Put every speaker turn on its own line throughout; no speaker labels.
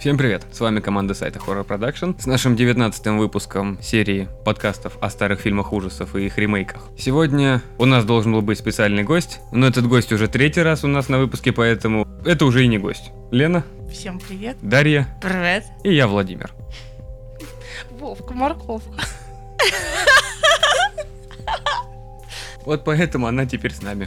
Всем привет! С вами команда сайта Horror Production с нашим 19 выпуском серии подкастов о старых фильмах ужасов и их ремейках. Сегодня у нас должен был быть специальный гость, но этот гость уже третий раз у нас на выпуске, поэтому это уже и не гость. Лена,
Всем привет.
Дарья
Привет.
и я, Владимир.
Вовка, морковка.
Вот поэтому она теперь с нами.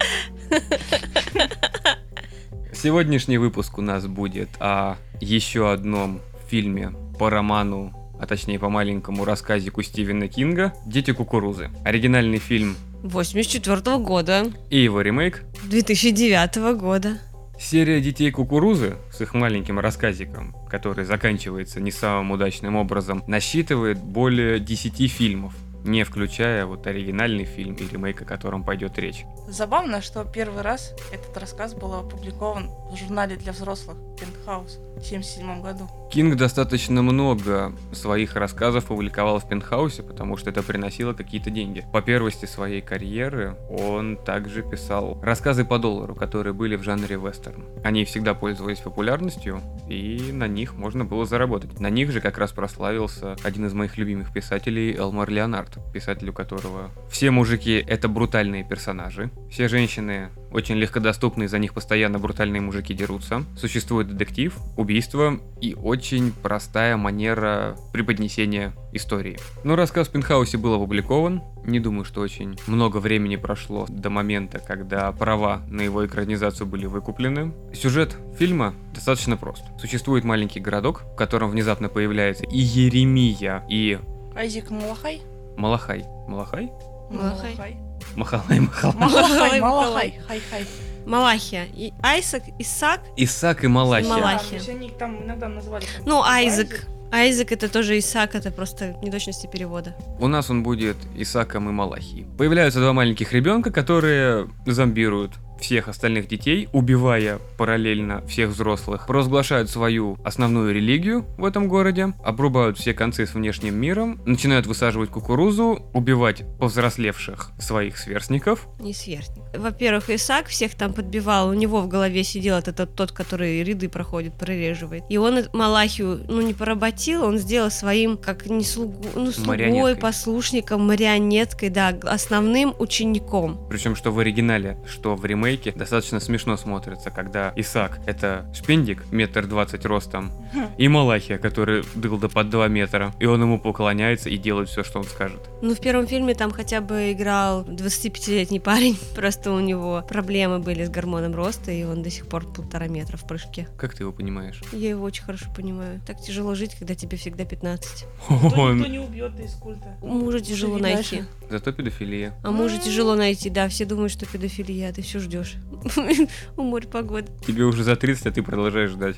Сегодняшний выпуск у нас будет о еще одном фильме по роману, а точнее по маленькому рассказику Стивена Кинга «Дети кукурузы». Оригинальный фильм
84 года,
и его ремейк
2009 года.
Серия детей кукурузы с их маленьким рассказиком, который заканчивается не самым удачным образом, насчитывает более 10 фильмов, не включая вот оригинальный фильм и ремейк, о котором пойдет речь.
Забавно, что первый раз этот рассказ был опубликован в журнале для взрослых «Пентхаус» в 1977 году.
Кинг достаточно много своих рассказов публиковал в Пентхаусе, потому что это приносило какие-то деньги. По первости своей карьеры он также писал рассказы по доллару, которые были в жанре вестерн. Они всегда пользовались популярностью, и на них можно было заработать. На них же как раз прославился один из моих любимых писателей Элмар Леонард, писатель у которого все мужики — это брутальные персонажи, все женщины очень легкодоступные, за них постоянно брутальные мужики дерутся. Существует детектив, убийство и очень простая манера преподнесения истории. Но рассказ в Пентхаусе был опубликован. Не думаю, что очень много времени прошло до момента, когда права на его экранизацию были выкуплены. Сюжет фильма достаточно прост. Существует маленький городок, в котором внезапно появляется и Еремия, и
Айзик Малахай?
Малахай. Малахай?
Малахай.
Махалай, Махалай.
Малахай,
Малахай,
Малахай, хай-хай.
Малахия. И Айсак, Исаак.
Исаак и Малахия.
Да,
Малахи.
то есть они их там иногда называли. как
Ну, Айзек. Айзек это тоже Исаак, это просто неточности перевода.
У нас он будет Исаком и Малахи. Появляются два маленьких ребенка, которые зомбируют всех остальных детей, убивая параллельно всех взрослых, провозглашают свою основную религию в этом городе, обрубают все концы с внешним миром, начинают высаживать кукурузу, убивать повзрослевших своих сверстников.
Не сверхник. Во-первых, Исаак всех там подбивал, у него в голове сидел этот тот, тот, который ряды проходит, прореживает. И он эту Малахию, ну, не поработил, он сделал своим, как не слугу, ну, слугой,
Марионеткой.
послушником, марионеткой, да, основным учеником.
Причем, что в оригинале, что в ремейке, достаточно смешно смотрится, когда Исаак — это шпендик, метр двадцать ростом,
Хм.
и Малахия, который дылда под 2 метра, и он ему поклоняется и делает все, что он скажет.
Ну, в первом фильме там хотя бы играл 25-летний парень, просто у него проблемы были с гормоном роста, и он до сих пор полтора метра в прыжке.
Как ты его понимаешь?
Я его очень хорошо понимаю. Так тяжело жить, когда тебе всегда 15.
Кто никто
Он...
не убьет из культа.
Мужа тяжело
Живи
найти.
дальше.
Зато педофилия.
А мужа тяжело найти, да, все думают, что педофилия, а ты все ждешь. У моря погода.
Тебе уже за 30, а ты продолжаешь ждать.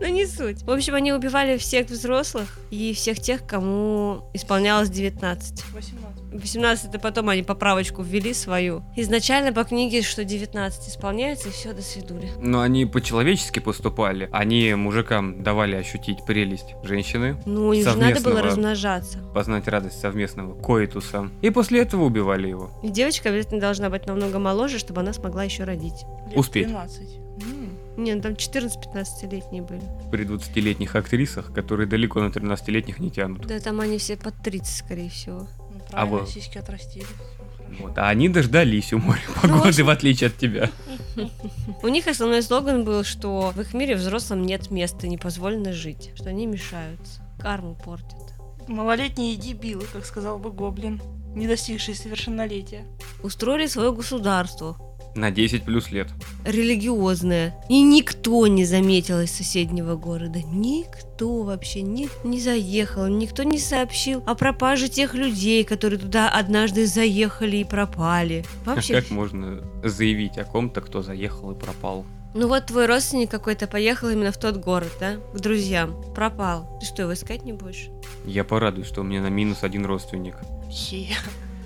Ну, не суть. В общем, они убивали всех взрослых и всех тех, кому исполнялось 19.
18.
18 это потом они поправочку ввели свою. Изначально по книге, что 19 исполняется, и все, до свидули.
Но они по-человечески поступали. Они мужикам давали ощутить прелесть женщины,
Ну, им же надо было
Совместного.
размножаться.
познать радость совместного коитуса. И после этого убивали его.
И девочка обязательно должна быть намного моложе, чтобы она смогла еще родить.
Лет
Успеть.
12. М,
Не, ну там 14-15-летние были.
При 20-летних актрисах, которые далеко на 13-летних не тянут.
Да, там они все под 30, скорее всего.
ну, правильно,
А вы-
сиськи отрастили. всё хорошо.
Вот. А они дождались у
Ну,
моря погоды,
очень-
в отличие от тебя.
У них основной слоган был, что в их мире взрослым нет места, не позволено жить, что они мешаются, карму портят.
Малолетние дебилы, как сказал бы Гоблин, не достигшие совершеннолетия.
Устроили свое государство,
На 10 плюс лет.
религиозное. И никто не заметил из соседнего города. Никто вообще ни- не заехал, никто не сообщил о пропаже тех людей, которые туда однажды заехали и пропали. Вообще.
Как можно заявить о ком-то, кто заехал и пропал?
Ну вот твой родственник какой-то поехал именно в тот город, да? К друзьям. Пропал. Ты что, его искать не будешь?
Я порадуюсь, что у меня на минус один родственник.
Хе.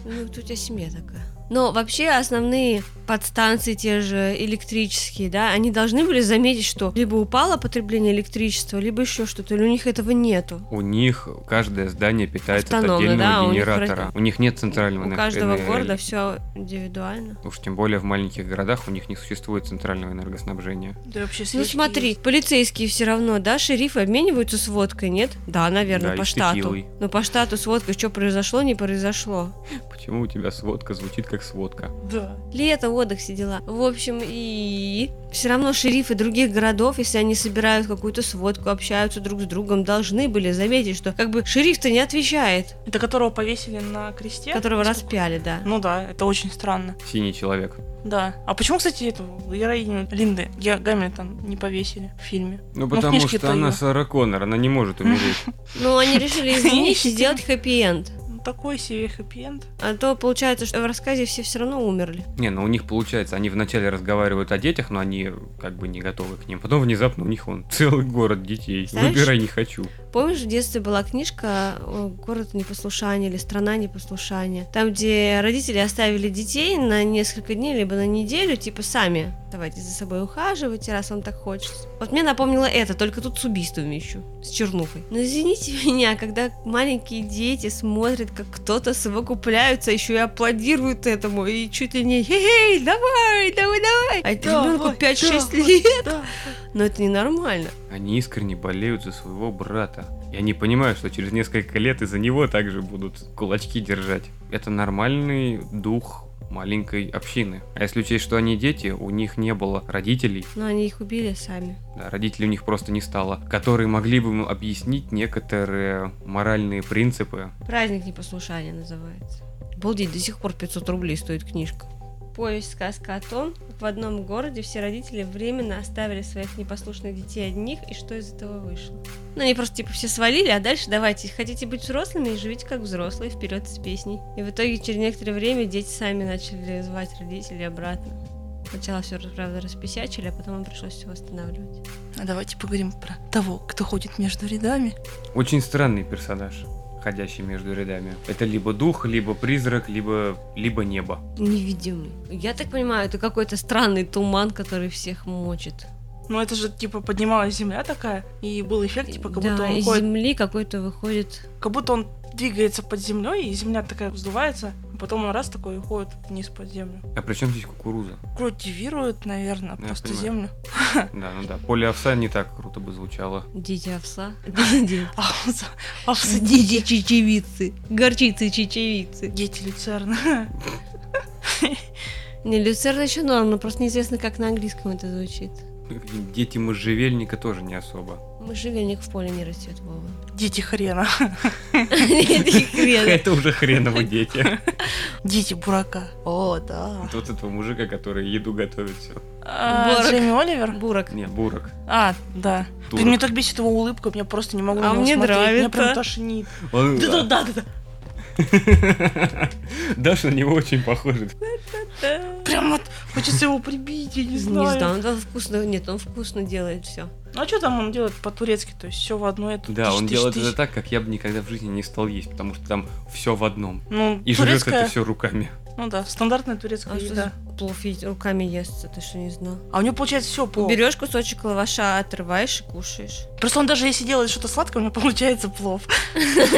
Ну, тут у тебя семья такая. Но вообще основные подстанции те же электрические, да, они должны были заметить, что либо упало потребление электричества, либо еще что-то, или у них этого нету.
У них каждое здание питается от
Автономно,
отдельного
да, у них
генератора.
вроде-
У них нет центрального
У
энер-
каждого
энер-
города все индивидуально.
Уж тем более в маленьких городах у них не существует центрального энергоснабжения.
Да и вообще
Ну
свечки
смотри,
есть.
полицейские все равно, да, шерифы обмениваются сводкой, нет? Да, наверное,
Да, и
по
с
штату.
текилой.
Но по штату сводка, что произошло, не произошло.
Почему у тебя сводка звучит как сводка?
Да.
Лето, отдых, все дела. В общем, и все равно шерифы других городов, если они собирают какую-то сводку, общаются друг с другом, должны были заметить, что как бы шериф-то не отвечает,
Это которого повесили на кресте?
которого
Сколько-
распяли, да.
Ну да, это очень странно.
Синий человек.
Да. А почему, кстати, эту героиню Линды Ге- Гамильтон не повесили в фильме?
Ну,
в
потому
книжке-то
что она
её-
Сара Коннор, она не может умереть.
Но они решили из них
Конечно.
сделать хэппи-энд.
Ну, такой себе хэппи-энд.
А то получается, что в рассказе все все равно умерли.
Не, ну у них получается, они вначале разговаривают о детях, но они как бы не готовы к ним. Потом внезапно у них он целый город детей.
Знаешь-
Выбирай не хочу.
Помнишь, в детстве была книжка о, «Город непослушания» или «Страна непослушания», там, где родители оставили детей на несколько дней, либо на неделю, типа, сами давайте за собой ухаживайте, раз вам так хочется. Вот мне напомнило это, только тут с убийствами еще, с чернухой. Но извините меня, когда маленькие дети смотрят, как кто-то совокупляются, еще и аплодируют этому, и чуть ли не «Эй, давай, давай, давай!» А ребенку 5-6 лет,
Да.
но это ненормально.
Они искренне болеют за своего брата. И они понимают, что через несколько лет из-за него также будут кулачки держать. Это нормальный дух маленькой общины. А если учесть, что они дети, у них не было родителей,
Но они их убили сами.
да, родителей у них просто не стало, которые могли бы им объяснить некоторые моральные принципы.
Праздник непослушания называется. Обалдеть, до сих пор 500 рублей стоит книжка. Повесть «Сказка о том, как в одном городе все родители временно оставили своих непослушных детей одних, и что из этого вышло. Ну, они просто, типа, все свалили, а дальше давайте, хотите быть взрослыми, и живите как взрослые, вперед с песней. И в итоге через некоторое время дети сами начали звать родителей обратно. Сначала все, правда, расписячили, а потом им пришлось все восстанавливать.
А давайте поговорим про того, кто ходит между рядами.
Очень странный персонаж, ходящий между рядами. Это либо дух, либо призрак, либо, либо небо.
Невидимый. Я так понимаю, это какой-то странный туман, который всех мочит.
Ну это же типа поднималась земля такая, и был эффект, типа, как
да,
будто он
из
ходит,
земли какой-то выходит.
как будто он двигается под землей, и земля такая вздувается, а потом он раз такой и уходит вниз под землю.
А при чем здесь кукуруза?
Культивирует, наверное,
Ну, Я
просто
понимаю.
землю.
Да, ну да, поле овса не так круто бы звучало.
Дети овса.
А он за- а в саде
Дети чечевицы. Горчицы чечевицы.
дети люцерны.
Не, люцерна еще норм, но просто неизвестно, как на английском это звучит.
Дети можжевельника тоже не особо.
Можжевельник в поле не растет, Вова.
Дети хрена.
Нет, и хрен.
Это уже хреново дети.
Дети бурака. О, да.
Вот этого мужика, который еду готовит. всё.
А,
Бурак.
Джейми Оливер?
Бурок.
Не, бурок.
А, да.
Турок.
Ты мне так бесит его улыбка, я просто не могу на
А
него
мне
смотреть. Меня прям
нравится.
тошнит.
Он-
Да, да, да, да.
Даша на него очень похожа.
Прям вот хочется его прибить, я не
Не
знаю.
знаю, он там вкусно. Нет, он вкусно делает все.
Ну а что там он делает по-турецки? То есть все в а одно это.
Да,
тыщ,
он
тыщ,
делает
тыщ.
это так, как я бы никогда в жизни не стал есть, потому что там все в одном.
Ну,
И жрет
турецкая,
это все руками.
ну да, стандартная турецкая
А что
еда.
за плов е- руками ест? Ты что, не знал?
А у него получается все плов.
Берешь кусочек лаваша, отрываешь и кушаешь.
Просто он даже если делает что-то сладкое, у него получается плов.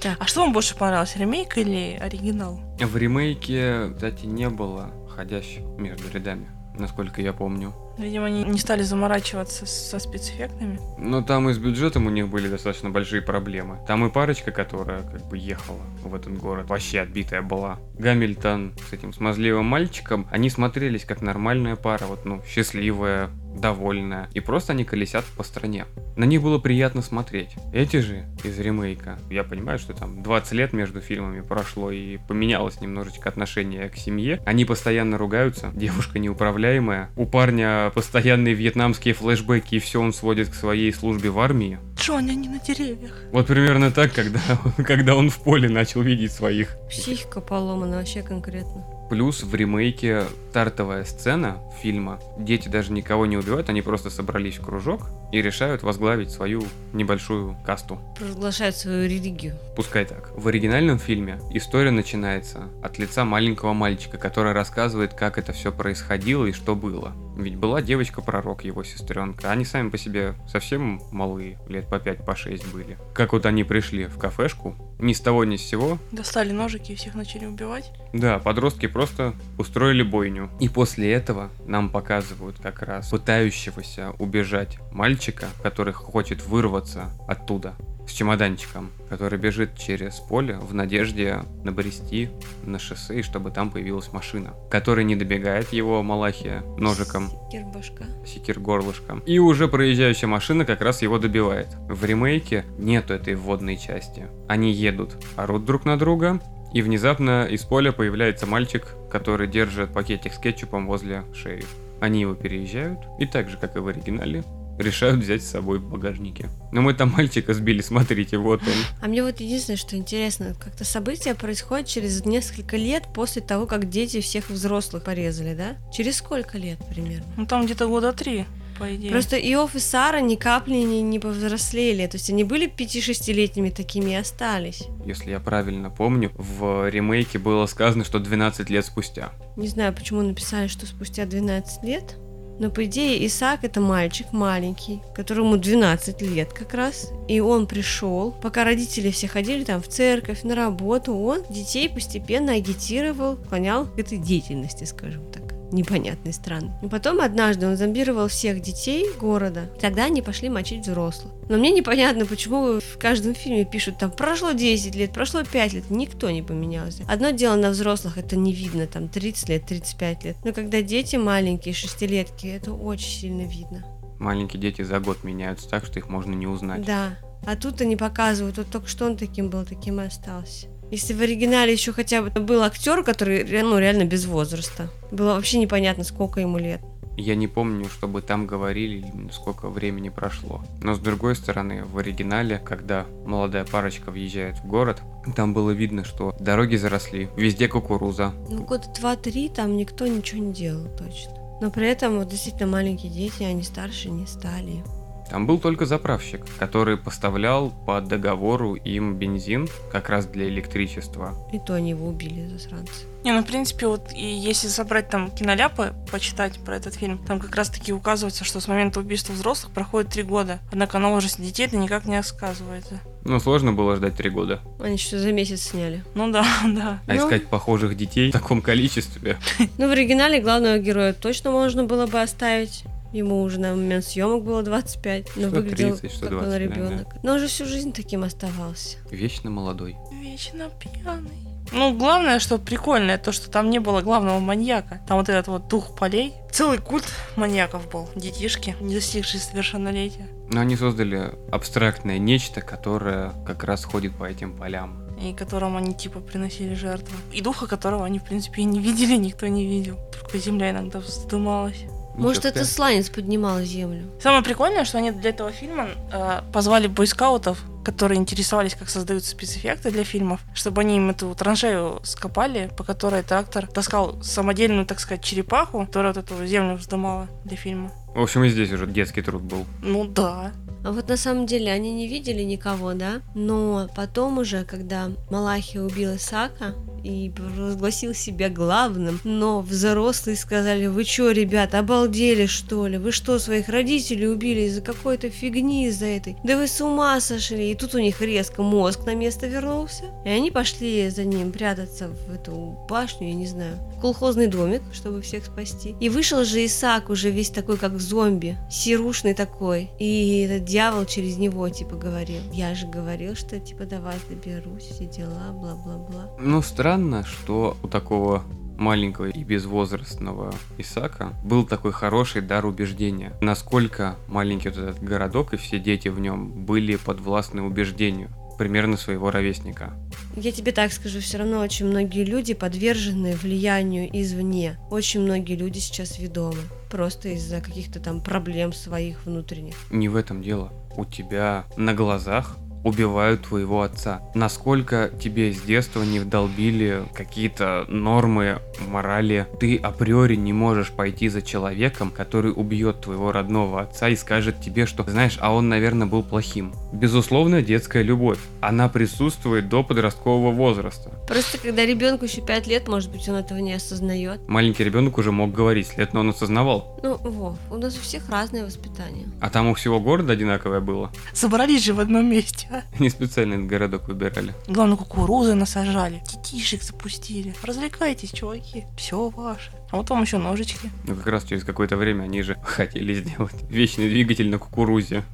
Так.
А что вам больше понравилось, ремейк или оригинал?
В ремейке, кстати, не было ходящих между рядами, насколько я помню.
Видимо, они не стали заморачиваться с- со спецэффектами.
Но там и с бюджетом у них были достаточно большие проблемы. Там и парочка, которая как бы ехала в этот город, вообще отбитая была. Гамильтон с этим смазливым мальчиком, они смотрелись как нормальная пара, вот, ну, счастливая, довольная. И просто они колесят по стране. На них было приятно смотреть. Эти же из ремейка, я понимаю, что там 20 лет между фильмами прошло и поменялось немножечко отношение к семье. Они постоянно ругаются, девушка неуправляемая. У парня постоянные вьетнамские флешбеки и все он сводит к своей службе в армии.
Джонни, они на деревьях.
Вот примерно так, когда, когда он в поле начал видеть своих.
Психика поломана вообще конкретно.
Плюс в ремейке стартовая сцена фильма. Дети даже никого не убивают, они просто собрались в кружок и решают возглавить свою небольшую касту.
Проглашают свою религию.
Пускай так. В оригинальном фильме история начинается от лица маленького мальчика, который рассказывает, как это все происходило и что было. Ведь была девочка-пророк, его сестренка. Они сами по себе совсем малые, лет по 5-6 по шесть были. Как вот они пришли в кафешку, ни с того ни с сего,
Достали ножики и всех начали убивать.
да, подростки просто устроили бойню. И после этого нам показывают как раз пытающегося убежать мальчика, который хочет вырваться оттуда с чемоданчиком, который бежит через поле в надежде набрести на шоссе, и чтобы там появилась машина, который не добегает его Малахия ножиком,
Гербашка.
секир горлышком. И уже проезжающая машина как раз его добивает. В ремейке нету этой вводной части. Они едут, орут друг на друга, и внезапно из поля появляется мальчик, который держит пакетик с кетчупом возле шеи. Они его переезжают, и так же, как и в оригинале, решают взять с собой в багажнике. Но мы там мальчика сбили, смотрите, вот он.
А мне вот единственное, что интересно, как-то события происходят через несколько лет после того, как дети всех взрослых порезали, да? Через сколько лет примерно?
Ну там где-то года три, по идее.
Просто Иов и Сара ни капли не, не повзрослели. То есть они были 5-6-летними такими и остались.
Если я правильно помню, в ремейке было сказано, что 12 лет спустя.
Не знаю, почему написали, что спустя 12 лет. Но, по идее, Исаак это мальчик маленький, которому 12 лет как раз. И он пришел, пока родители все ходили там в церковь, на работу, он детей постепенно агитировал, склонял к этой деятельности, скажем так непонятной страны. И потом однажды он зомбировал всех детей города. Тогда они пошли мочить взрослых. Но мне непонятно, почему в каждом фильме пишут там прошло 10 лет, прошло 5 лет, никто не поменялся. Одно дело на взрослых, это не видно, там 30 лет, 35 лет. Но когда дети маленькие, шестилетки, это очень сильно видно.
Маленькие дети за год меняются так, что их можно не узнать.
Да. А тут они показывают, вот только что он таким был, таким и остался. Если в оригинале еще хотя бы был актер, который ре- ну, реально без возраста. Было вообще непонятно, сколько ему лет.
Я не помню, чтобы там говорили, сколько времени прошло. Но с другой стороны, в оригинале, когда молодая парочка въезжает в город, там было видно, что дороги заросли, везде кукуруза.
Ну, года два-три там никто ничего не делал точно. Но при этом вот действительно маленькие дети, они старше не стали.
Там был только заправщик, который поставлял по договору им бензин, как раз для электричества.
И то они его убили, засранцы.
Не, ну в принципе, вот и если собрать там киноляпы, почитать про этот фильм, там как раз таки указывается, что с момента убийства взрослых проходит три года. Однако на возрасте детей это никак не сказывается.
Но сложно было ждать три года.
Они что за месяц сняли.
Ну да, да.
А
Ну.
искать похожих детей в таком количестве.
Ну, в оригинале главного героя точно можно было бы оставить. Ему уже на момент съемок было 25. Но
Что
выглядел
30, что
как он
29,
ребенок. Но он же всю жизнь таким оставался.
Вечно молодой.
Вечно пьяный. Ну, главное, что прикольное, то, что там не было главного маньяка. Там вот этот вот дух полей. Целый культ маньяков был. Детишки, не достигшие совершеннолетия.
Но они создали абстрактное нечто, которое как раз ходит по этим полям.
И которому они типа приносили жертвы. И духа которого они, в принципе, и не видели, никто не видел. Только земля иногда вздымалась.
Может,
Ничего
это
себе.
сланец поднимал землю.
Самое прикольное, что они для этого фильма э, позвали бойскаутов, которые интересовались, как создаются спецэффекты для фильмов, чтобы они им эту траншею скопали, по которой трактор таскал самодельную, так сказать, черепаху, которая вот эту землю вздымала для фильма.
В общем, и здесь уже детский труд был.
Ну да.
А вот на самом деле они не видели никого, да? Но потом уже, когда Малахи убил Исаака и разгласил себя главным, но взрослые сказали, вы чё, ребята, обалдели, что ли? Вы что, своих родителей убили из-за какой-то фигни из-за этой? Да вы с ума сошли! И тут у них резко мозг на место вернулся. И они пошли за ним прятаться в эту башню, я не знаю, в колхозный домик, чтобы всех спасти. И вышел же Исаак уже весь такой, как зомби, сирушный такой. И этот дьявол через него, типа, говорил. Я же говорил, что, типа, до вас доберусь, все дела, бла-бла-бла.
Ну, странно, что у такого маленького и безвозрастного Исака был такой хороший дар убеждения. Насколько маленький вот этот городок и все дети в нем были подвластны убеждению примерно своего ровесника.
Я тебе так скажу, все равно очень многие люди подвержены влиянию извне. Очень многие люди сейчас ведомы. Просто из-за каких-то там проблем своих внутренних.
Не в этом дело. У тебя на глазах убивают твоего отца. Насколько тебе с детства не вдолбили какие-то нормы, морали, ты априори не можешь пойти за человеком, который убьет твоего родного отца и скажет тебе, что знаешь, а он, наверное, был плохим. Безусловно, детская любовь. Она присутствует до подросткового возраста.
Просто когда ребенку еще пять лет, может быть, он этого не осознает.
Маленький ребенок уже мог говорить, след, но он осознавал.
Ну, Вов, у нас у всех разное воспитание.
А там у всего города одинаковое было.
Собрались же в одном месте, а?
Не специально этот городок выбирали.
Главное, кукурузы насажали, детишек запустили. Развлекайтесь, чуваки, все ваше. А вот вам еще ножички.
Но Ну, как раз через какое-то время они же хотели сделать вечный двигатель на кукурузе.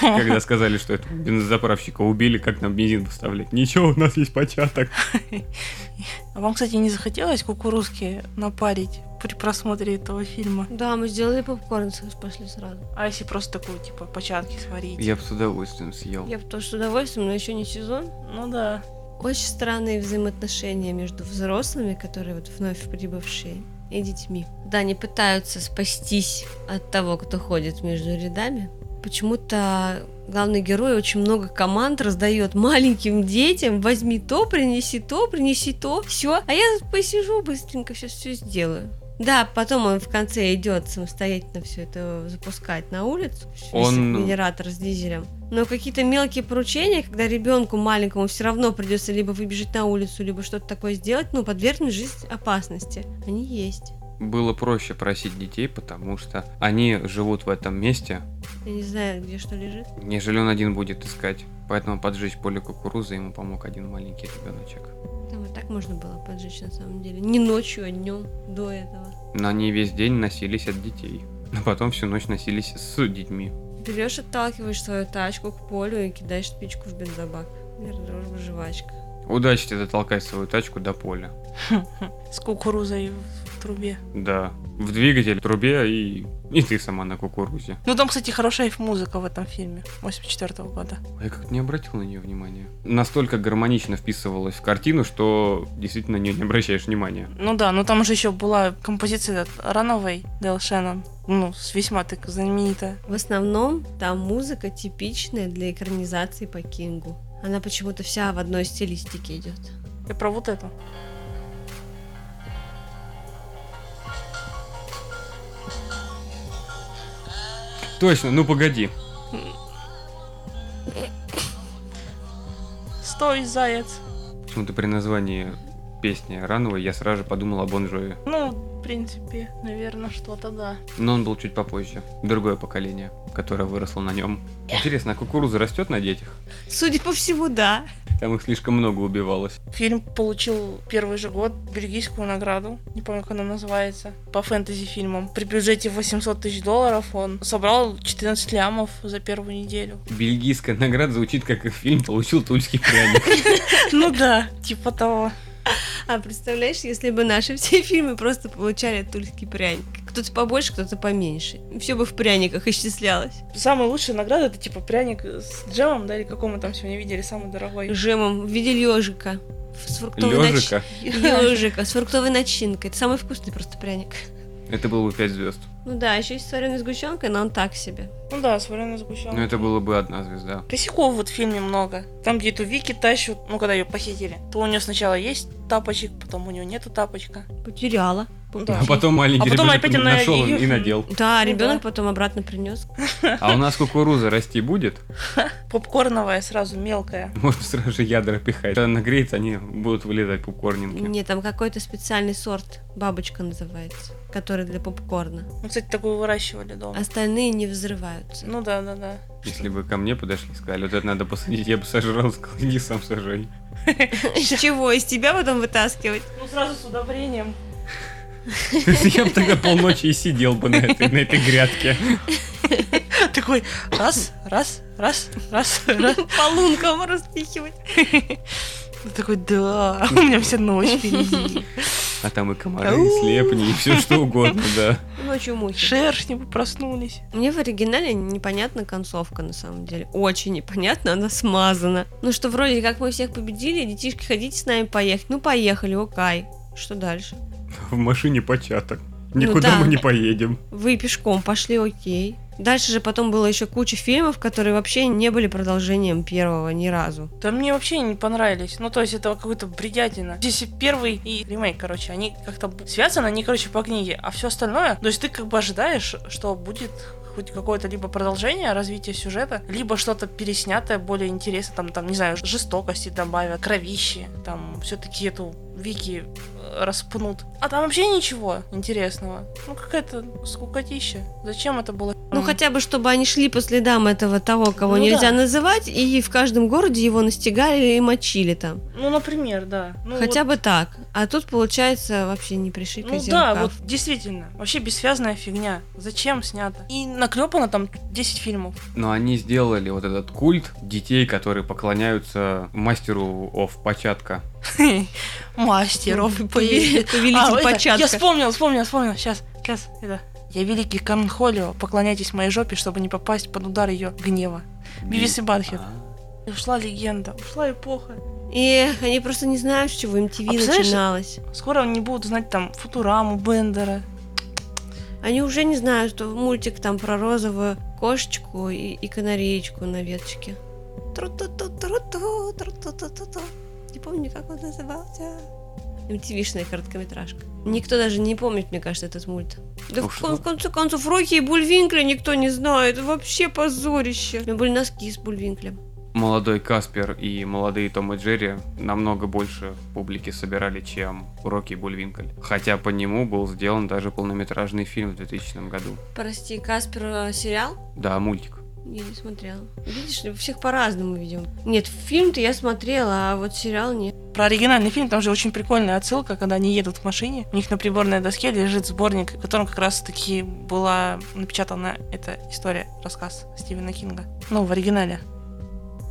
Когда сказали, что это бензозаправщика убили, как нам бензин поставлять? Ничего, у нас есть початок.
А вам, кстати, не захотелось кукурузки напарить при просмотре этого фильма?
Да, мы сделали попкорн, слышь, пошли сразу.
А если просто такую, типа, початки сварить?
Я бы с удовольствием съел.
Я бы тоже с удовольствием, но еще не сезон.
Ну да.
Очень странные взаимоотношения между взрослыми, которые вот вновь прибывшие, и детьми. Да, они пытаются спастись от того, кто ходит между рядами. Почему-то главный герой очень много команд раздает маленьким детям. Возьми то, принеси то, принеси то, все. А я тут посижу быстренько, сейчас все сделаю. Да, потом он в конце идет самостоятельно все это запускать на улицу. весь
Он-
генератор с дизелем. Но какие-то мелкие поручения, когда ребенку маленькому все равно придется либо выбежать на улицу, либо что-то такое сделать, ну, подвергнуть жизнь опасности. Они есть.
Было проще просить детей, потому что они живут в этом месте,
Я не знаю, где что лежит.
нежели он один будет искать. Поэтому поджечь поле кукурузы ему помог один маленький ребеночек.
Там и так можно было поджечь на самом деле. Не ночью, а днем до этого.
Но они весь день носились от детей. А потом всю ночь носились с детьми.
Берешь, отталкиваешь свою тачку к полю и кидаешь спичку в бензобак. Мир, дружба, жвачка.
Удачи тебе дотолкать свою тачку до поля.
С кукурузой в трубе.
Да. В двигатель, в трубе и... И ты сама на кукурузе.
Ну там, кстати, хорошая музыка в этом фильме 84 года.
А Я как-то не обратил на нее внимания. Настолько гармонично вписывалась в картину, что действительно на нее не обращаешь внимания.
Ну да, но там же еще была композиция от Рановой, Дэл Шеннон. Ну, с- весьма так знаменитая.
В основном там музыка типичная для экранизации по Кингу. Она почему-то вся в одной стилистике идет.
Я про вот это.
Точно, ну погоди.
Стой, заяц.
Почему-то Ну, при названии песни Рановой я сразу же подумал о Бон Джови.
Ну, в принципе, наверное, что-то да.
Но он был чуть попозже. Другое поколение, которое выросло на нем. Интересно, а кукуруза растет на детях?
Судя по всему, да.
Там их слишком много убивалось.
Фильм получил первый же год бельгийскую награду, не помню, как она называется, по фэнтези-фильмам. При бюджете 800 тысяч долларов он собрал 14 лямов за первую неделю.
Бельгийская награда звучит, как и фильм получил тульский пряник.
Ну да, типа того.
А представляешь, если бы наши все фильмы просто получали тульский пряник. Кто-то побольше, кто-то поменьше. Все бы в пряниках исчислялось.
Самая лучшая награда это типа пряник с джемом, да, или каком мы там сегодня видели, самый дорогой.
Жемом в виде ежика. С фруктовой
Лежика.
Ежика с фруктовой начинкой. Это самый вкусный просто пряник.
Это было бы 5 звезд.
Ну да, еще есть с вареной сгущенкой, но он так себе.
Ну да, с вареной сгущенкой.
Но это было бы одна звезда.
Косяков вот в фильме много. Там, где эту Вики тащут, ну, когда ее похитили, то у нее сначала есть тапочек, потом у нее нету тапочка.
Потеряла.
Да.
А потом маленький
А потом
ребенок
опять она
нашел
ее-
и надел.
Да,
Ну
ребенок
да.
потом обратно принес.
А у нас кукуруза расти будет?
Попкорновая сразу, мелкая.
Можно сразу же ядра пихать. Когда нагреется, они будут вылезать пупкорненькие.
Не, там какой-то специальный сорт, бабочка называется, который для попкорна.
Ну, кстати, такую выращивали дома.
Остальные не взрываются.
Ну да, да, да.
Если бы ко мне подошли и сказали, вот это надо посадить, я бы сожрал, сказал, иди сам сажай.
Из чего? Из тебя потом вытаскивать?
Ну, сразу с удобрением.
То есть Я бы тогда полночи и сидел бы на этой, на этой грядке.
Такой раз, раз, раз, раз, раз.
По лункам распихивать.
Ну, Такой, да, у меня вся ночь впереди.
А там и комары, и
Ау.
слепни, и все что угодно, да.
Ночью Ну, а мухи.
Шершни бы проснулись.
Мне в оригинале непонятна концовка, на самом деле. Очень непонятно, она смазана. Ну что, вроде как мы всех победили, детишки, хотите с нами поехать? Ну, поехали, окай. Что дальше?
В машине початок.
Ну да.
поедем.
Вы пешком пошли, окей. Дальше же потом было еще куча фильмов, которые вообще не были продолжением первого ни разу.
Да мне вообще не понравились. Ну, то есть, это какой-то бредятина. Здесь и первый, и ремейк, короче, они как-то б- связаны, они, короче, по книге. А все остальное, то есть, ты как бы ожидаешь, что будет хоть какое-то либо продолжение, развитие сюжета, либо что-то переснятое, более интересное, там, там, не знаю, жестокости добавят, кровищи, там, все-таки эту Вики э, распнут. А там вообще ничего интересного. Ну, какая-то скукотища. Зачем это было?
Ну,
М.
хотя бы, чтобы они шли по следам этого того, кого
Ну да.
нельзя называть, и в каждом городе его настигали и мочили там.
Ну, например, да. Ну,
хотя
вот-
бы так. А тут, получается, вообще не пришли
Ну да, вот действительно. Вообще бессвязная фигня. Зачем снято? И наклепано там 10 фильмов.
Но они сделали вот этот культ детей, которые поклоняются мастеру оф початка.
Мастеров и повелитель. А,
Повелитель
это, Я
початка.
вспомнил, вспомнил, вспомнил. Сейчас, сейчас, это. Я великий Канхолио, поклоняйтесь моей жопе, чтобы не попасть под удар ее гнева. Бивис и Батхед.
А.
И Ушла легенда, ушла эпоха.
Эх, они просто не знают, с чего MTV
А представляешь-
начиналось.
Скоро они будут знать там Футураму, Бендера.
Они уже не знают, что мультик там про розовую кошечку и, и канареечку на веточке. Тру-ту-ту, тру-ту, тру-ту-ту-ту-ту. Не помню, как он назывался. MTV-шная короткометражка. Никто даже не помнит, мне кажется, этот мульт. Да в,
Уж
кон-
вот.
в конце концов, Рокки и Бульвинкля никто не знает. Вообще позорище. У меня были носки с Бульвинклем.
Молодой Каспер и молодые Том и Джерри намного больше публики собирали, чем уроки Бульвинколь. Хотя по нему был сделан даже полнометражный фильм в 2000 году.
Прости, Каспер э, сериал?
Да, мультик.
Я не смотрела. Видишь, ли, всех по-разному ведем. Нет, фильм-то я смотрела, а вот сериал нет.
Про оригинальный фильм там же очень прикольная отсылка, когда они едут в машине, у них на приборной доске лежит сборник, в котором как раз-таки была напечатана эта история, рассказ Стивена Кинга. Ну, в оригинале.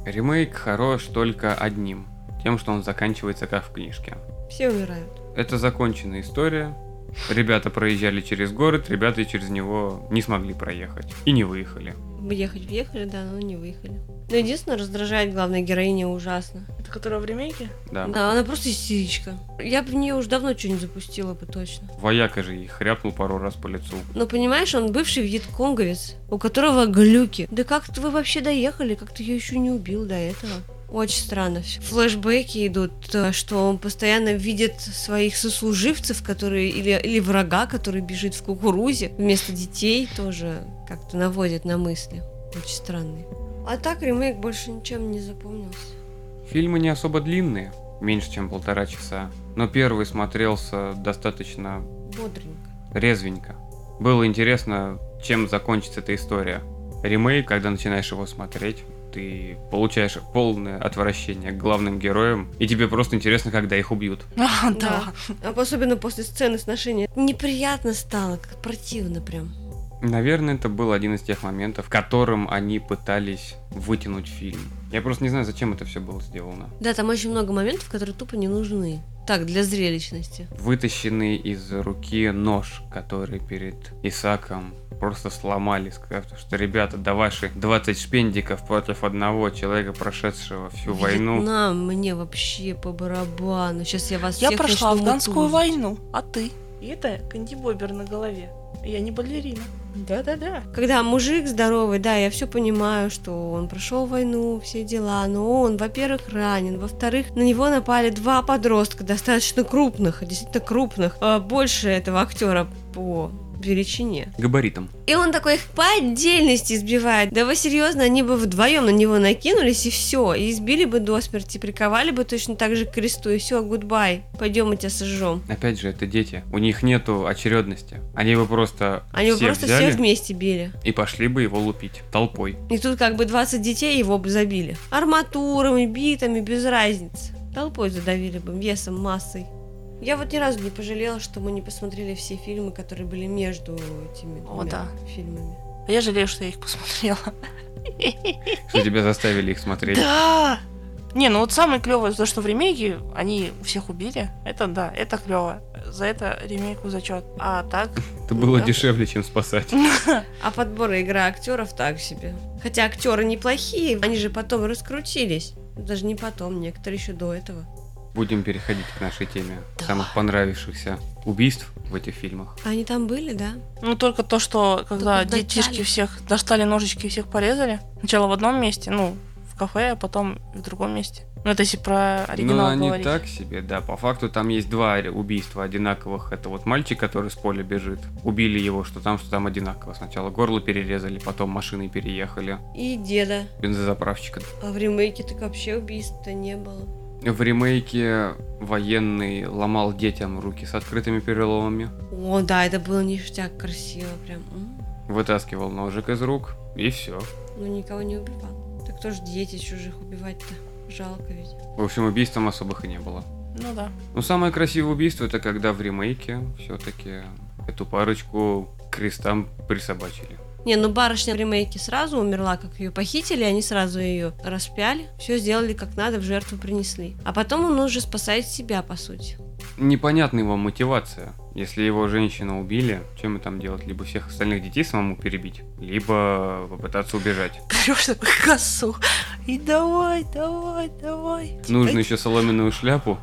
Ремейк хорош только одним. Тем, что он заканчивается как в книжке.
Все умирают.
Это законченная история. Ребята проезжали через город, ребята через него не смогли проехать и не выехали.
Ехать въехали, да, но не выехали. Но единственное, раздражает главная героиня ужасно.
Это которая в ремейке?
Да.
Да, она просто истеричка. Я бы в нее уже давно что-нибудь запустила бы точно.
Вояка же ей хряпнул пару раз по лицу.
Но Ну, понимаешь, он бывший вьетконговец, у которого глюки. Да как вы вообще доехали? Как ты ее еще не убил до этого? Очень странно все. Флэшбэки идут, э, что он постоянно видит своих сослуживцев, которые или, или врага, который бежит в кукурузе, вместо детей тоже как-то наводит на мысли. Очень странный. А так ремейк больше ничем не запомнился.
Фильмы не особо длинные, меньше чем полтора часа, но первый смотрелся достаточно
Бодренько.
резвенько. Было интересно, чем закончится эта история. Ремейк, когда начинаешь его смотреть, ты получаешь полное отвращение к главным героям, и тебе просто интересно, когда их убьют.
А,
Да.
да.
А Особенно после сцены сношения. Неприятно стало, как противно прям.
Наверное, это был один из тех моментов, в котором они пытались вытянуть фильм. Я просто не знаю, зачем это все было сделано.
Да, там очень много моментов, которые тупо не нужны. Так, для зрелищности.
Вытащенный из руки нож, который перед Исаком просто сломали, сказав, что ребята, да ваши 20 шпендиков против одного человека, прошедшего всю войну.
Нам, мне вообще по барабану. Сейчас я вас
Я
всех
прошла
начну
афганскую
мутузить.
войну, а ты? И это кандибобер на голове. Я не балерина. Да-да-да.
Когда мужик здоровый, да, я все понимаю, что он прошел войну, все дела, но он, во-первых, ранен, во-вторых, на него напали два подростка, достаточно крупных, действительно крупных, а, больше этого актера по величине.
Габаритом.
И он такой их по отдельности избивает. Да вы серьезно, они бы вдвоем на него накинулись и все. И избили бы до смерти, приковали бы точно так же к кресту. И все, гудбай. Пойдем мы тебя сожжем.
Опять же, это дети. У них нету очередности. Они бы просто
Они бы
всех
просто
взяли
всех вместе били.
и пошли бы его лупить толпой.
И тут как бы 20 детей его бы забили. Арматурами, битами, без разницы. Толпой задавили бы, весом, массой. Я вот ни разу не пожалела, что мы не посмотрели все фильмы, которые были между этими
О,
двумя
да.
фильмами.
А Я жалею, что я их посмотрела.
Что тебя заставили их смотреть.
Да! Не, ну вот самое клевое, то, что в ремейке они всех убили. Это да, это клево. За это ремейку зачет. А так,
Это было
Да.
дешевле, чем спасать.
А подбор и игра актеров так себе. Хотя актеры неплохие, они же потом раскрутились. Даже не потом, некоторые еще до этого.
Будем переходить к нашей теме
Давай.
самых понравившихся убийств в этих фильмах.
А Они там были, да?
Ну, только то, что когда
Только
детишки
достали.
всех достали ножички и всех порезали. Сначала в одном месте, ну, в кафе, а потом в другом месте. Ну, это если про
Но
оригинал
Ну, они
говорить.
так себе, да. По факту там есть два ори- убийства одинаковых. Это вот мальчик, который с поля бежит. Убили его, что там, что там одинаково. Сначала горло перерезали, потом машиной переехали.
И деда.
Бензозаправщика.
А в ремейке так вообще убийств-то не было.
В ремейке военный ломал детям руки с открытыми переломами.
О, да, это было ништяк, красиво прям. М.
Вытаскивал ножик из рук. И все.
Но никого не убивал. Так кто ж дети чужих убивать-то? Жалко ведь.
В общем, убийств там особых и не было.
Ну да.
Ну, самое красивое убийство это когда в ремейке все-таки эту парочку к крестам присобачили.
Не, ну барышня в ремейке сразу умерла, как ее похитили, они сразу ее распяли, все сделали как надо, в жертву принесли. А потом он уже спасает себя, по сути.
Непонятна его мотивация. Если его женщину убили, чем ему там делать? Либо всех остальных детей самому перебить, либо попытаться убежать.
Берешь такую косу и давай, давай, давай.
Нужно еще соломенную шляпу,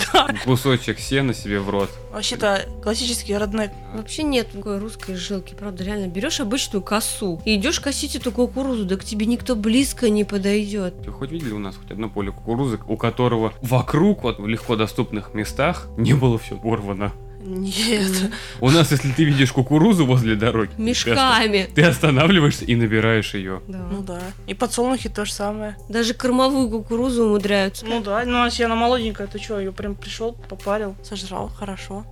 кусочек сена себе в рот.
Вообще-то классический роднек.
Вообще нет такой русской жилки, правда, реально. Берешь обычную косу и идешь косить эту кукурузу, да к тебе никто близко не подойдет.
Ты хоть видели у нас хоть одно поле кукурузы, у которого вокруг, вот в легко доступных местах, не было все порвано.
Нет.
У нас, если ты видишь кукурузу возле дороги, ты оста-
Мешками.
ты останавливаешься и набираешь ее.
Да.
Ну да. И подсолнухи то же самое.
Даже кормовую кукурузу умудряются.
Ну да, ну а если она молоденькая, ты что, ее прям пришел, попарил, сожрал, хорошо.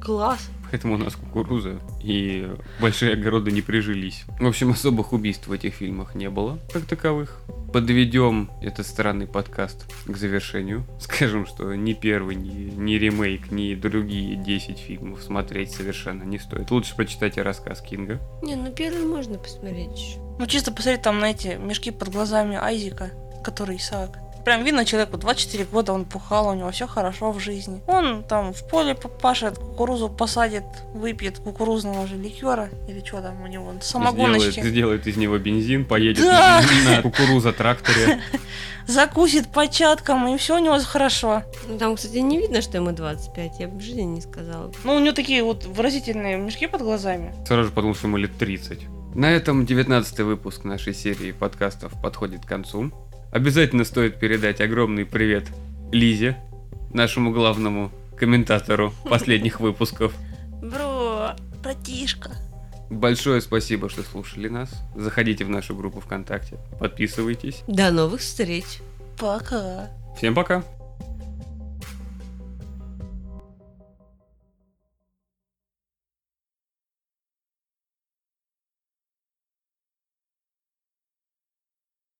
Класс.
Поэтому у нас кукуруза и большие огороды не прижились. В общем, особых убийств в этих фильмах не было, как таковых. Подведем этот странный подкаст к завершению. Скажем, что ни первый, ни, ни ремейк, ни другие 10 фильмов смотреть совершенно не стоит. Лучше прочитайте рассказ Кинга.
Не, ну первый можно посмотреть еще.
Ну чисто посмотри там на эти мешки под глазами Айзика, который Исаак. Прям видно человеку 24 года, он пухал, у него все хорошо в жизни. Он там в поле попашет, кукурузу посадит, выпьет кукурузного же ликера или что там у него,
Сделает,
самогоночки.
сделает из него бензин, поедет
Да!
на, на кукуруза-тракторе.
Закусит початком, и все у него хорошо.
Ну там, кстати, не видно, что ему 25, я бы в жизни не сказала.
Ну, у него такие вот выразительные мешки под глазами.
Сразу же подумал, что ему лет 30. На этом 19 выпуск нашей серии подкастов подходит к концу. Обязательно стоит передать огромный привет Лизе, нашему главному комментатору последних выпусков.
Бро, братишка.
Большое спасибо, что слушали нас. Заходите в нашу группу ВКонтакте, подписывайтесь.
До новых встреч!
Пока.
Всем пока!